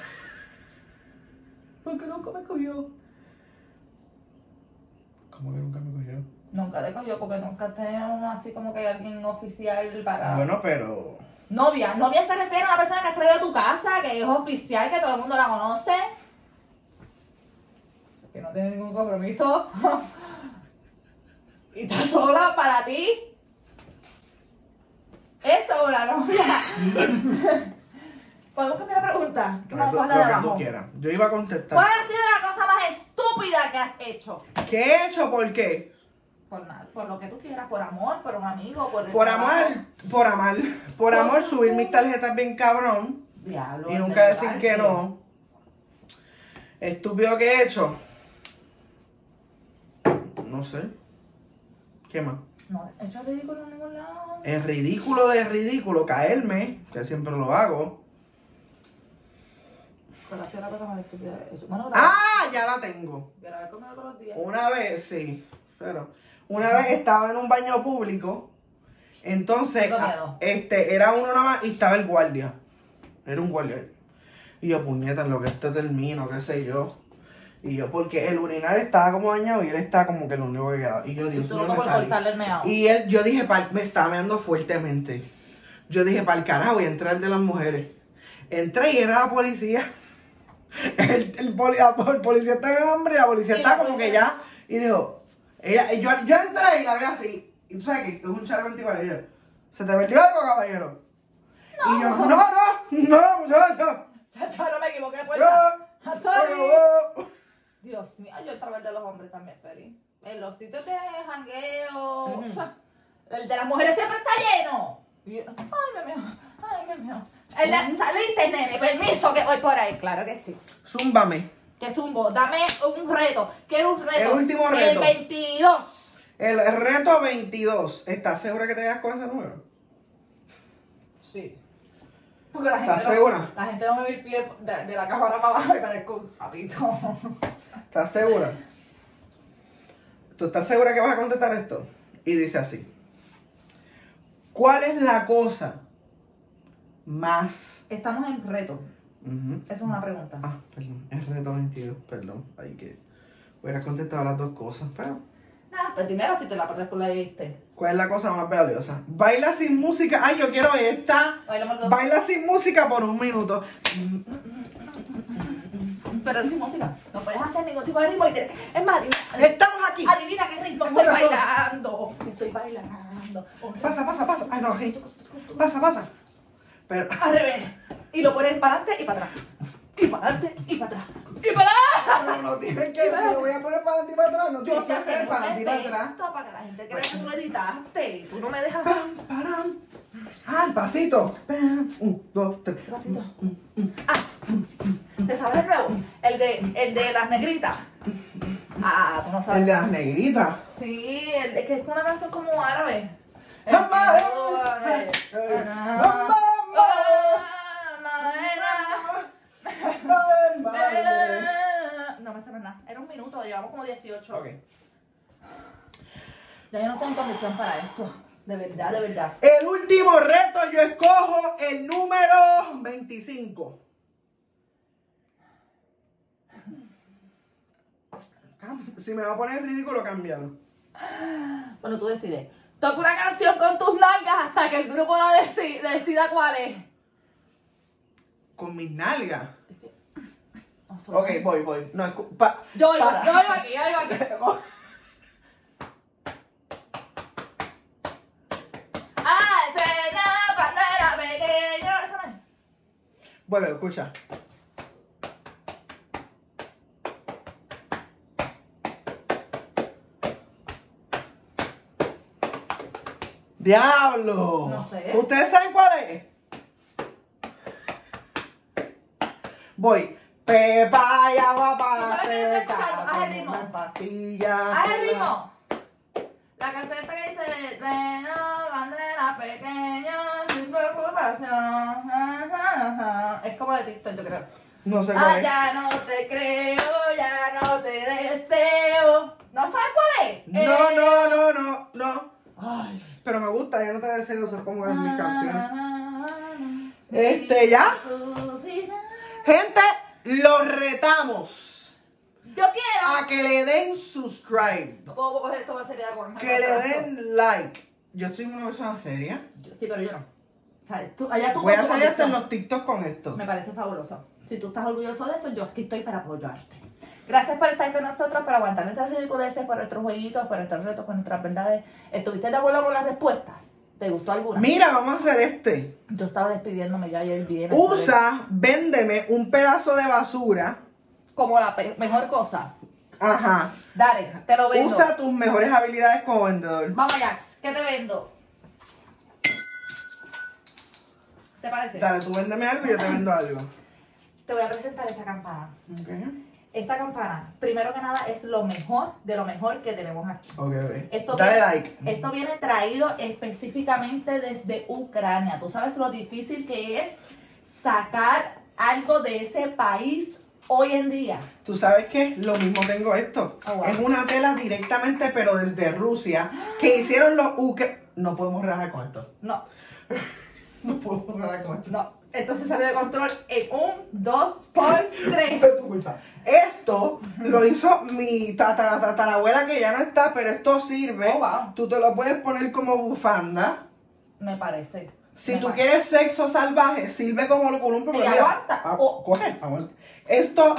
A: Porque nunca me cogió.
B: ¿Cómo que nunca me cogieron?
A: Nunca te cogió porque nunca teníamos así como que alguien oficial para...
B: Bueno, pero.
A: Novia. Novia se refiere a una persona que has traído a tu casa, que es oficial, que todo el mundo la conoce. Que no tiene ningún compromiso. <laughs> y está sola para ti. Eso es una <laughs> novia. ¿Podemos cambiar la pregunta? ¿Qué
B: Lo
A: vamos
B: que,
A: a
B: tú,
A: la de
B: lo que tú
A: abajo?
B: quieras. Yo iba a contestar.
A: ¿Cuál ha sido la cosa más estúpida que has hecho?
B: ¿Qué he hecho? ¿Por qué?
A: Por nada, por lo que tú quieras, por amor, por un amigo, por el
B: Por
A: trabajo.
B: amar, por amar, por amor, subir mis tarjetas bien cabrón
A: Diablo,
B: y
A: este
B: nunca decir
A: lugar,
B: que
A: tío.
B: no. Estúpido que he hecho. No sé. ¿Qué más?
A: No, he hecho ridículo en ningún lado.
B: Es ridículo de ridículo caerme, que siempre lo hago.
A: Pero hacía la cosa más estúpida de eso. Bueno, grabar,
B: ¡Ah! Oh, Ya la tengo.
A: grabar conmigo todos los días.
B: Una vez, sí, pero una vez estaba en un baño público, entonces
A: Tengo
B: a-
A: miedo.
B: este era uno nada más y estaba el guardia. Era un guardia. ahí. Y yo, puñeta, en lo que esto termino, qué sé yo. Y yo, porque el urinar estaba como dañado y él estaba como que lo único que quedaba. Y yo,
A: Y
B: Dios
A: tú
B: mío,
A: loco
B: me
A: por
B: salí.
A: cortarle el meao.
B: Y él, yo dije, pal- me estaba meando fuertemente. Yo dije, para el carajo, voy a entrar el de las mujeres. Entré y era la policía. <laughs> El, el poli- el policía está en hombre y la policía
A: Y
B: está
A: la
B: como que
A: policía.
B: ya. Y dijo, ella, y yo, yo entré y la vi así. Y tú sabes que es un chaleco antiguo. Y yo, ¿se te perdió algo, caballero? Y yo, no, no, no, no, no.
A: Chacho, no me equivoqué de puerta.
B: Yo,
A: Ah, sorry.
B: yo-
A: Dios mío, yo el trabajo de los hombres también, Feri. En los sitios de jangueo.
B: Mm.
A: o sea, el de las mujeres siempre está lleno. Y yo, ay, me meo. Ay, me meo. El de-
B: Mm.
A: Saliste, nene. Permiso que voy por ahí. Claro que sí.
B: Zúmbame.
A: Que zumbo. Dame un reto. Quiero un reto.
B: El último
A: El
B: reto.
A: 22.
B: El reto 22. ¿Estás segura que te das con ese número?
A: Sí. Porque la gente,
B: ¿Estás
A: no,
B: segura?
A: la gente no me ve el pie de, de la cámara para abajo y parezco un sapito.
B: ¿Estás segura? ¿Tú estás segura que vas a contestar esto? Y dice así. ¿Cuál es la cosa más...
A: Estamos en reto.
B: Ujú.
A: Eso es una pregunta.
B: Ah, perdón. Es reto 22, perdón. Ahí que... Hubiera contestado las dos cosas, pero...
A: Nah, pues primero si te la perdés por la viste.
B: ¿Cuál es la cosa más valiosa? Baila sin música. Ay, yo quiero esta.
A: Bailamos los dos.
B: Baila sin música por un minuto.
A: Pero sin música. No puedes hacer ningún tipo de ritmo. Y te... Es más, adivina,
B: Estamos aquí.
A: adivina qué ritmo estoy
B: Corazón.
A: bailando. Estoy bailando.
B: Pasa, pasa, pasa. Ay, no, hey. Pasa, pasa. Pero...
A: Al revés. Y lo pones para adelante y para atrás. Y para adelante y para atrás. Y para atrás.
B: Pero no tienes que si lo voy a poner para adelante y para atrás, no tienes que hacer para adelante y para atrás. Pues
A: Esto Para que la gente crea que tú editaste. Tú no me dejas.
B: Pam, param. Ah, el pasito. Pam, Un, dos, tres.
A: Pasito. Ah, ¿te sabes el nuevo? El de, el de las negritas. Ah, tú no
B: El de
A: sabes.
B: las negritas.
A: Sí, el de, que es una canción como árabe. El
B: ¡Mamá! eh, eh,
A: árabe.
B: eh,
A: Ah,
B: ¡Mamá!
A: mamá, era.
B: mamá, mamá.
A: No me sabes nada. Era un minuto, llevamos como 18.
B: Ok.
A: Ya yo no estoy en condición para esto. De verdad, de verdad.
B: El último reto, yo escojo el número 25. Cam- Si me va a poner ridículo, cambiarlo.
A: Bueno, tú decides. Toca una canción con tus nalgas hasta que el grupo la deci- decida cuál es.
B: Con mis nalgas.
A: No sé.
B: Ok, voy, voy. No, escu- pa-
A: Yo oigo,
B: para.
A: yo oigo aquí, yo
B: <laughs>
A: oigo aquí. Ah, será bandera pequeña. Esa no es.
B: Vuelve, escucha. ¡Diablo!
A: No sé.
B: ¿Ustedes saben cuál es? Voy. Pepa y agua
A: ¿Tú
B: para
A: sabes qué
B: hacer
A: estoy escuchando? Haz el ritmo.
B: pastillas.
A: Ah, el ritmo. La canción esta que dice "Será bandera pequeña, sin preocupación". Es como de TikTok, yo creo.
B: No sé cuál
A: Ah,
B: es.
A: ya no te creo, ya no te deseo. ¿No sabes cuál es?
B: No,
A: Eh,
B: no, no, no, no.
A: Ay.
B: Pero me gusta, yo no te deseo eso como es mi canción.
A: canción.
B: Este, ¿ya? Gente, los retamos
A: Yo quiero.
B: a que le den subscribe,
A: No puedo coger todo ese día con
B: que le den like. Yo soy una persona seria.
A: Yo- Sí, pero yo no. O sea, tú- allá tú
B: Voy a
A: con tu
B: salir hasta
A: condición.
B: en los TikTok con esto.
A: Me parece fabuloso. Si tú estás orgulloso de eso, yo aquí estoy para apoyarte. Gracias por estar con nosotros, por aguantar nuestras ridiculeces, por nuestros jueguitos, por nuestros retos, por nuestras verdades. ¿Estuviste de acuerdo con la respuesta? ¿Te gustó alguna?
B: Mira, vamos a hacer este.
A: Yo estaba despidiéndome ya ayer bien.
B: Usa, véndeme un pedazo de basura
A: Como la pe- mejor cosa.
B: Ajá.
A: Dale, te lo vendo.
B: Usa tus mejores habilidades como vendedor.
A: Vamos, Jax, ¿qué te vendo? ¿Te parece?
B: Dale, tú véndeme algo y yo te vendo algo.
A: Te voy a presentar esta campana.
B: Ok.
A: Esta campana, primero que nada, es lo mejor de lo mejor que tenemos aquí.
B: Ok, ok.
A: Esto
B: Dale
A: viene,
B: like.
A: Esto viene traído específicamente desde Ucrania. Tú sabes lo difícil que es sacar algo de ese país hoy en día.
B: ¿Tú sabes qué? Lo mismo tengo esto.
A: Ah, wow.
B: Es una tela directamente, pero desde Rusia, que hicieron los ucra... No podemos rajar con esto. <laughs>
A: No,
B: No podemos rajar con esto.
A: no. Entonces salió de control en un, dos, por
B: <laughs>
A: tres.
B: Es tu culpa. Esto lo hizo mi tatara- tatarabuela que ya no está, pero esto sirve.
A: Oh, wow.
B: Tú te lo puedes poner como bufanda.
A: Me parece.
B: Si
A: Me
B: tú
A: parece.
B: quieres sexo salvaje, sirve como el columpio.
A: Y
B: pero mira,
A: aguanta.
B: ah,
A: Oh.
B: coge, aguanta. Esto,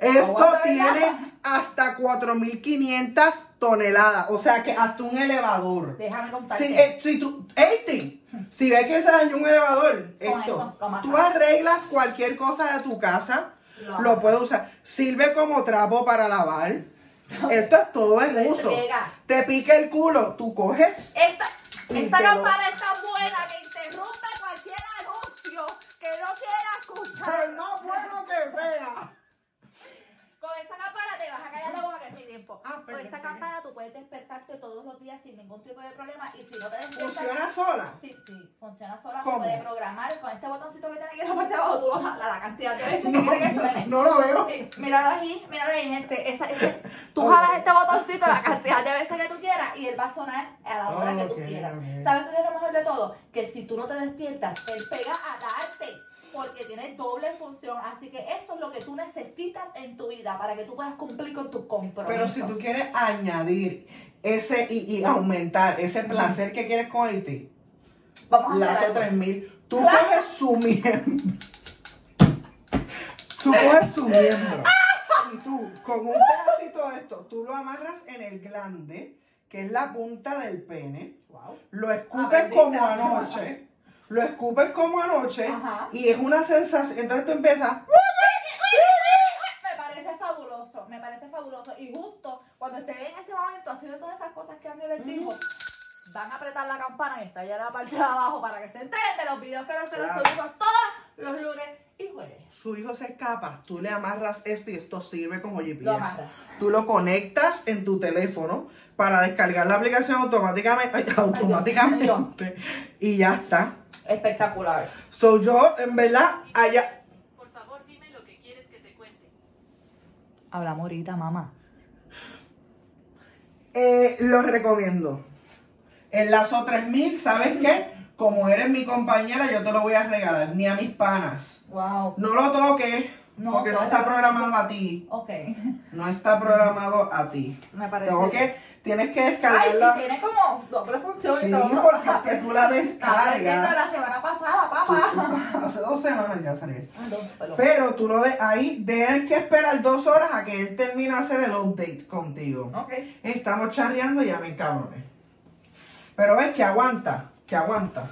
B: esto
A: Aguanta, ¿verdad?
B: tiene hasta 4.500 toneladas. O sea que hasta un elevador.
A: Déjame contarte.
B: Si, eh, si tú, 80, si ves que se dañó un elevador,
A: Con
B: esto,
A: eso, lo más
B: tú
A: fácil.
B: arreglas cualquier cosa de tu casa,
A: Lo
B: lo
A: hago.
B: puedes usar. Sirve como trapo para lavar. Esto es todo en
A: Te
B: uso.
A: friega.
B: Te pica el culo, tú coges
A: Esta,
B: Y
A: esta
B: te lo-
A: campana es tan buena que interrumpe cualquier anuncio que no quiera escuchar.
B: Por no bueno que sea.
A: Con esta campana te vas a callar la boca, que es mi tiempo.
B: Ah,
A: Con
B: perdón,
A: esta
B: perdón.
A: campana tú puedes despertarte todos los días sin ningún tipo de problema y si no te
B: Funciona
A: despiertas...
B: sola.
A: Sí, sí, funciona sola,
B: ¿Cómo?
A: tú puedes programar con este botoncito que tiene aquí en la parte de abajo, tú lo jalas la cantidad de veces que
B: <laughs> No,
A: quieres que suene.
B: no lo veo.
A: Sí, Míralo ahí, míralo ahí, gente. Esa, ese- tú
B: Ok.
A: jalas este botoncito la cantidad de veces que tú quieras y él va a sonar a la hora que tú
B: Ok,
A: quieras.
B: ok.
A: ¿Sabes qué es lo mejor de todo? Que si tú no te despiertas, él pega a darte porque tiene doble función. Así que esto es lo que tú necesitas en tu vida para que tú puedas cumplir con tus compromisos.
B: Pero si tú quieres añadir ese y, y aumentar ese placer que quieres con Haití,
A: Vamos a hacer
B: lazo
A: algo.
B: 3000, tú
A: Claro.
B: coges su miembro. Tú coges su miembro. Y tú, con un pedacito de esto, tú lo amarras en el glande, que es la punta del pene.
A: Wow.
B: lo escupes
A: Aprendiste
B: como
A: a hacer-
B: anoche, lo escupes como anoche
A: Ajá.
B: y es una sensación, entonces tú empiezas,
A: Me parece fabuloso, me parece fabuloso. Y justo cuando estén en ese momento haciendo todas esas cosas que Ángel les dijo, van a apretar la campana que está allá en la parte de abajo para que se enteren de los videos que nosotros
B: Claro.
A: subimos todos los lunes y jueves.
B: su hijo se escapa, tú le amarras esto y esto sirve como GPS.
A: Lo amarras.
B: Tú lo conectas en tu teléfono para descargar la aplicación automáticamente, ay, automáticamente <laughs> y ya está.
A: Espectacular.
B: So yo, en verdad, allá...
E: Por favor, dime lo que quieres que te cuente.
A: Hablamos ahorita, mamá.
B: Eh, lo recomiendo. El lazo 3000, ¿sabes qué? Como eres mi compañera, yo te lo voy a regalar, ni a mis panas.
A: Wow.
B: No lo toques,
A: No,
B: porque no
A: claro.
B: está programado a ti.
A: Ok.
B: No está programado a ti.
A: Me parece.
B: Tengo que, tienes que
A: Ay, y
B: descargarla.
A: tiene como doble función
B: Sí,
A: y todo.
B: porque es que tú la
A: Estaba aprendiendo la
B: descargas.
A: semana pasada,
B: Tú-
A: papá. Ah,
B: Hace dos semanas ya salió.
A: Perdón, perdón.
B: Pero tú lo de ahí, tienes que esperar dos horas a que él termine de hacer el update contigo.
A: Ok.
B: Estamos charreando y ya me encabroné. Pero ves que aguanta, que aguanta.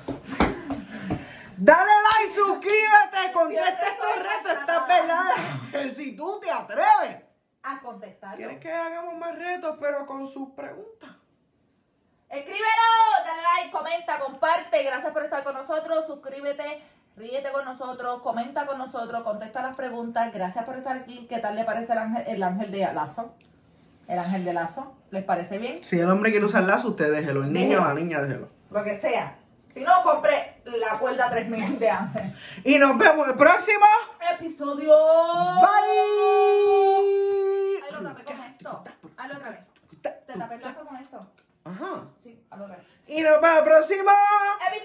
B: Dale like, suscríbete, contesta estos retos, estas verdades. <laughs> Si tú te atreves.
A: A contestarlo.
B: Quieres que hagamos más retos, pero con sus preguntas.
A: Escríbenos, dale like, comenta, comparte. Gracias por estar con nosotros. Suscríbete, ríete con nosotros, comenta con nosotros, contesta las preguntas. Gracias por estar aquí. ¿Qué tal le parece el ángel, el ángel de lazo? El ángel de lazo. ¿Les parece bien?
B: Si el hombre quiere usar lazo, usted déjelo. El niño o la niña, déjelo.
A: Lo que sea. Si no, compré la cuerda 3000 de ángel.
B: Y nos vemos el próximo.
A: Episodio.
B: Bye.
A: Ahí lo tapé con esto. Hazlo otra vez. Te tapé el lazo con esto.
B: Ajá.
A: Sí, hazlo otra vez.
B: Y nos vemos el próximo.
A: Episodio.